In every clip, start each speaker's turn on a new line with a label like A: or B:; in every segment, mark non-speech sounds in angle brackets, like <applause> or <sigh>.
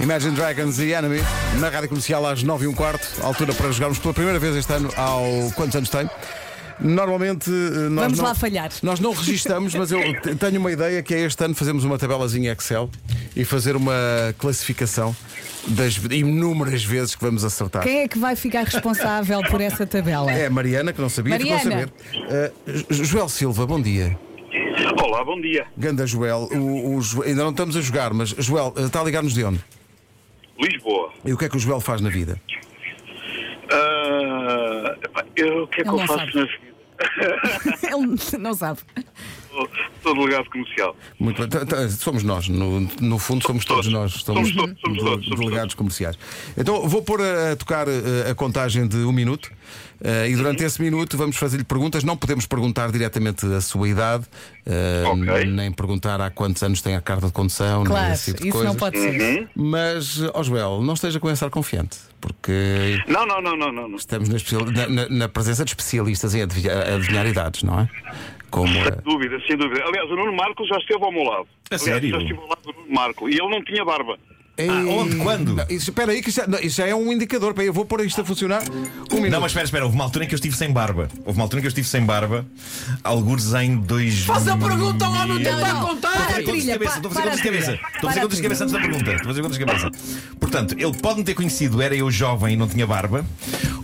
A: Imagine Dragons e Enemy na rádio comercial às 9 e um quarto, altura para jogarmos pela primeira vez este ano ao quantos anos tem. Normalmente eh, nós
B: Vamos
A: não,
B: lá falhar.
A: Nós não registamos, mas
B: <laughs>
A: eu te- tenho uma ideia que é este ano fazermos uma tabelazinha Excel e fazer uma classificação das inúmeras vezes que vamos acertar.
B: Quem é que vai ficar responsável por essa tabela?
A: É a Mariana, que não sabia, ficou a
B: Mariana.
A: saber. Eh, Jo- Joel Silva, bom dia.
C: Olá, bom dia.
A: Ganda Joel, o, o Jo- ainda não estamos a jogar, mas Joel, eh, está a ligar-nos de onde?
C: Lisboa.
A: E o que é que o Joel faz na vida?
C: Ah, epá, eu, o que é que
B: Ele não
C: eu faço
B: sabe.
C: na vida? <laughs>
B: Ele não é sabe.
C: Sou- Sou delegado comercial.
A: Muito bem. T- t- Somos nós, no, no fundo somos todos,
C: Todos.
A: nós.
C: Somos todos, somos todos, somos
A: delegados comerciais. Então vou pôr a, a tocar eh, a contagem de um minuto eh, e durante esse minuto vamos fazer-lhe perguntas. Não podemos perguntar diretamente a sua idade, eh,
C: Ok.
A: nem perguntar há quantos anos tem a carta de condução, nem
B: Claro,
A: esse tipo de
B: isso não
A: coisas.
B: pode ser.
A: Mas, ó Joel, não esteja com esse ar confiante, porque
C: Não, não, não, não, não. não.
A: estamos na, especial- na- na- na presença de especialistas em adivinhar, adivinhar idades, não é? Como
C: Sem
A: a...
C: dúvida, sem dúvida. Aliás, o Nuno Marco já esteve ao meu lado. Aliás,
D: sério?
C: Já estive ao lado do Nuno Marco. E ele não tinha barba.
D: onde? Quando?
A: Não, isso- espera aí, que isso já, não, isso já é um indicador. Peraí, eu vou pôr isto a funcionar. Um minuto.
D: Não, mas espera, espera, houve uma altura em que eu estive sem barba. Houve uma altura em que eu estive sem barba, algures em dois.
E: Faça a pergunta lá no
D: mil-
E: tempo a
B: Para a
E: é contar!
D: Estou a fazer contas de
B: trilha,
D: cabeça,
B: pa-
D: estou a
B: para
D: fazer contas de
B: a
D: cabeça.
B: trilha.
D: Estou a fazer
B: Para a
D: contas de
B: trilha.
D: cabeça antes da pergunta. Estou a fazer contas de cabeça. Portanto, ele pode-me ter conhecido, era eu jovem e não tinha barba,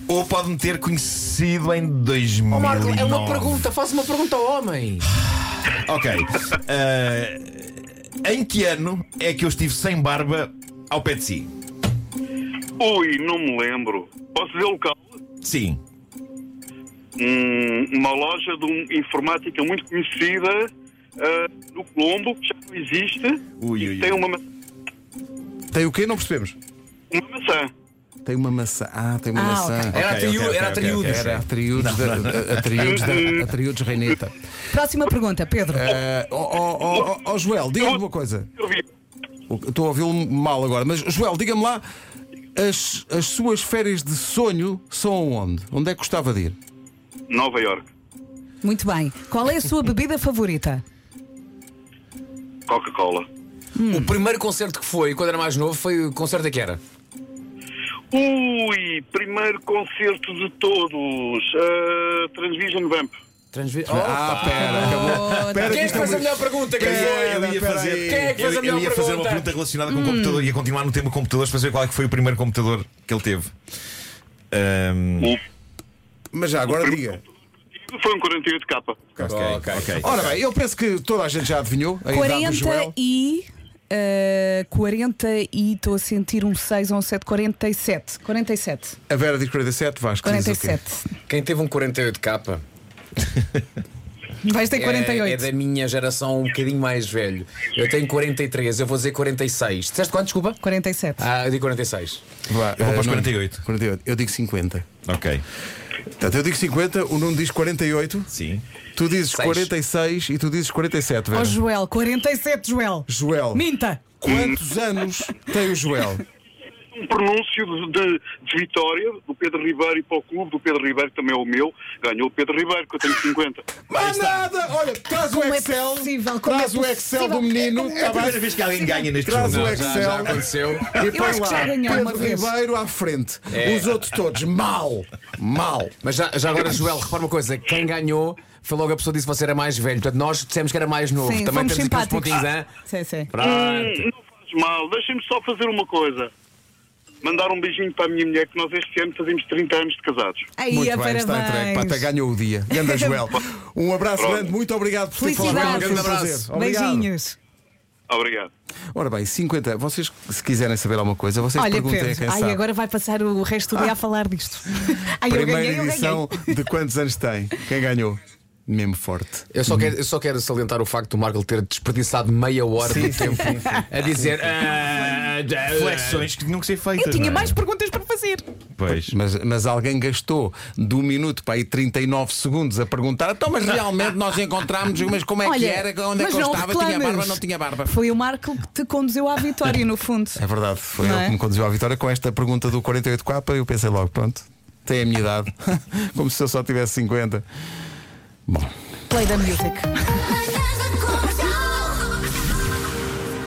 D: ou pode-me ter conhecido em 2000.
E: Ó, Marco, é uma pergunta, faça uma pergunta ao homem.
D: Ok. Eh, em que ano é que eu estive sem barba ao pé de si?
C: Ui, não me lembro. Posso dizer o local?
D: Sim.
C: Hum, uma loja de um- informática muito conhecida ah, no Colombo, que já não existe.
D: Ui, ui,
C: Tem
D: ui.
C: uma, ma-
A: Tem o quê? Não percebemos.
C: uma maçã.
A: Tem uma maçã. Ah, tem uma
B: Ah,
A: maçã.
B: ok.
E: Era
D: Ok,
E: triú-
D: ok, ok,
E: era
D: ok,
E: triúdos.
D: ok.
A: Era atriúdos da, a- atriúdos da atriúdos reineta.
B: Próxima pergunta, Pedro.
A: Ah, Ó ó, ó, ó, Joel, diga-me uma coisa.
C: Eu vi.
A: O- Estou a ouvi-lo mal agora, mas Joel, diga-me lá, as, as suas férias de sonho são onde? Onde é que gostava de ir?
C: Nova York.
B: Muito bem. Qual é a sua bebida favorita?
C: Coca-Cola.
E: O primeiro concerto que foi, quando era mais novo, foi o concerto da que era.
C: Ui, primeiro concerto de todos. Ah, Transvision Vamp.
E: Transvi...
A: Ah,
E: Opa!
A: pera, acabou.
E: Quem
B: tá.
E: é que fez a melhor pergunta? Quem foi?
D: Eu ia
A: Espera
D: fazer,
A: aí.
E: Quem é que fez
D: eu-
E: a
D: eu
E: melhor
D: ia fazer uma
E: pergunta?
D: pergunta relacionada com o computador, ia continuar no tema computadores para saber qual é que foi o primeiro computador que ele teve. Ahm,
C: O
A: Mas já, agora diga.
C: foi um 48 capa.
D: ok,
E: Ok.
D: ok.
A: Ora bem, eu penso que toda a gente já adivinhou. A idade do
B: 40
A: Joel.
B: e. ah, 40 e estou a sentir um 6 ou um 7, 47. 47.
A: A Vera diz 47, Vasco. diz o quê?
B: 47.
E: Quem teve um 48k
B: Vais ter
E: é,
B: 48.
E: é da minha geração um bocadinho mais velho. Eu tenho 43, eu vou dizer 46. Disseste quanto, desculpa?
B: 47.
E: Ah, eu digo 46.
A: Vá,
D: Eu vou para os
A: eh, Nuno.
D: 48.
A: 48. Eu digo 50.
D: Ok.
A: Portanto, eu digo 50, o Nuno diz 48,
D: Sim.
A: tu dizes
E: Seis.
A: 46 e tu dizes 47, Vera.
B: Ó Joel, 47, Joel.
A: Joel,
B: Minta!
A: quantos anos tem o
B: <laughs>
A: Joel?
C: Um pronúncio de, de- de vitória do Pedro Ribeiro e para o clube do Pedro Ribeiro, que também é o meu. Ganhou o Pedro Ribeiro, que eu tenho 50.
A: Mais nada! Olha, traz
B: Como
A: o
B: é
A: Excel,
B: possível? Como
A: traz
B: é
A: o Excel
B: possível?
A: do menino,
D: É a
A: tá bem?
D: primeira vez que alguém ganha neste
A: Traz
D: jogo.
A: o
E: Já,
A: Excel.
E: já
A: <laughs>
E: aconteceu.
A: E põe
B: acho que
A: lá,
B: já ganhou uma
A: Pedro
B: vez.
A: Ribeiro à frente.
E: É.
A: Os outros todos, mal, mal.
E: Mas já, já agora, Joel, repara uma coisa: quem ganhou foi logo a pessoa que disse que você era mais velho. Portanto, nós dissemos que era mais novo.
B: Sim,
E: Também
B: fomos
E: temos aqui uns
B: simpáticos. Ah,
E: pontinhos, hein?
B: Sim, sim.
E: Pronto.
C: Hum, Não faz mal, deixem-me só fazer uma coisa. Mandar um beijinho para a minha mulher, que nós este ano fazemos 30 anos de casados.
B: Aí,
A: Muito
B: a
A: bem, está entregue. Pá, até
B: parabéns.
A: ganhou o dia. Ganda
B: <laughs>
A: Joel. Um abraço
C: Pronto.
A: grande, muito obrigado por ter falado
B: Felicidades.
A: connosco.
E: Um grande abraço.
A: Foi um prazer. Obrigado.
B: Beijinhos.
C: Obrigado.
A: Ora bem, 50. Vocês, se quiserem saber alguma coisa, vocês
B: Olha,
A: perguntem a
B: Pedro.
A: quem
B: Ai,
A: sabe. Ah.
B: agora vai passar o resto do dia a falar disto. <laughs> Ai, eu
A: Primeira
B: ganhei, eu
A: edição de quantos anos tem? Quem ganhou? Mesmo forte.
E: Eu só, quero, eu só quero salientar o facto do Marco ter desperdiçado meia hora de tempo a dizer. "Ah, já-
D: Flexões que tinham que ser feitas.
B: ganhei. <laughs> Eu tinha
D: não é?
B: mais perguntas para fazer.
D: Pois.
A: Mas, mas alguém gastou de um minuto para aí 39 segundos a perguntar. Então, mas realmente nós encontramos, mas como é que
B: Olha,
A: era? Onde é
B: mas
A: que eu
B: não
A: estava? Tinha
B: reclames.
A: barba, não tinha barba.
B: Foi o Marco que te conduziu à vitória, no fundo.
A: É verdade, foi
B: Não
A: ele
B: é?
A: que me conduziu à vitória com esta pergunta do 48K. Eu pensei logo, pronto, tem a minha idade. <laughs> Como se eu só tivesse 50. Bom.
B: Play da music.
F: Manhãs da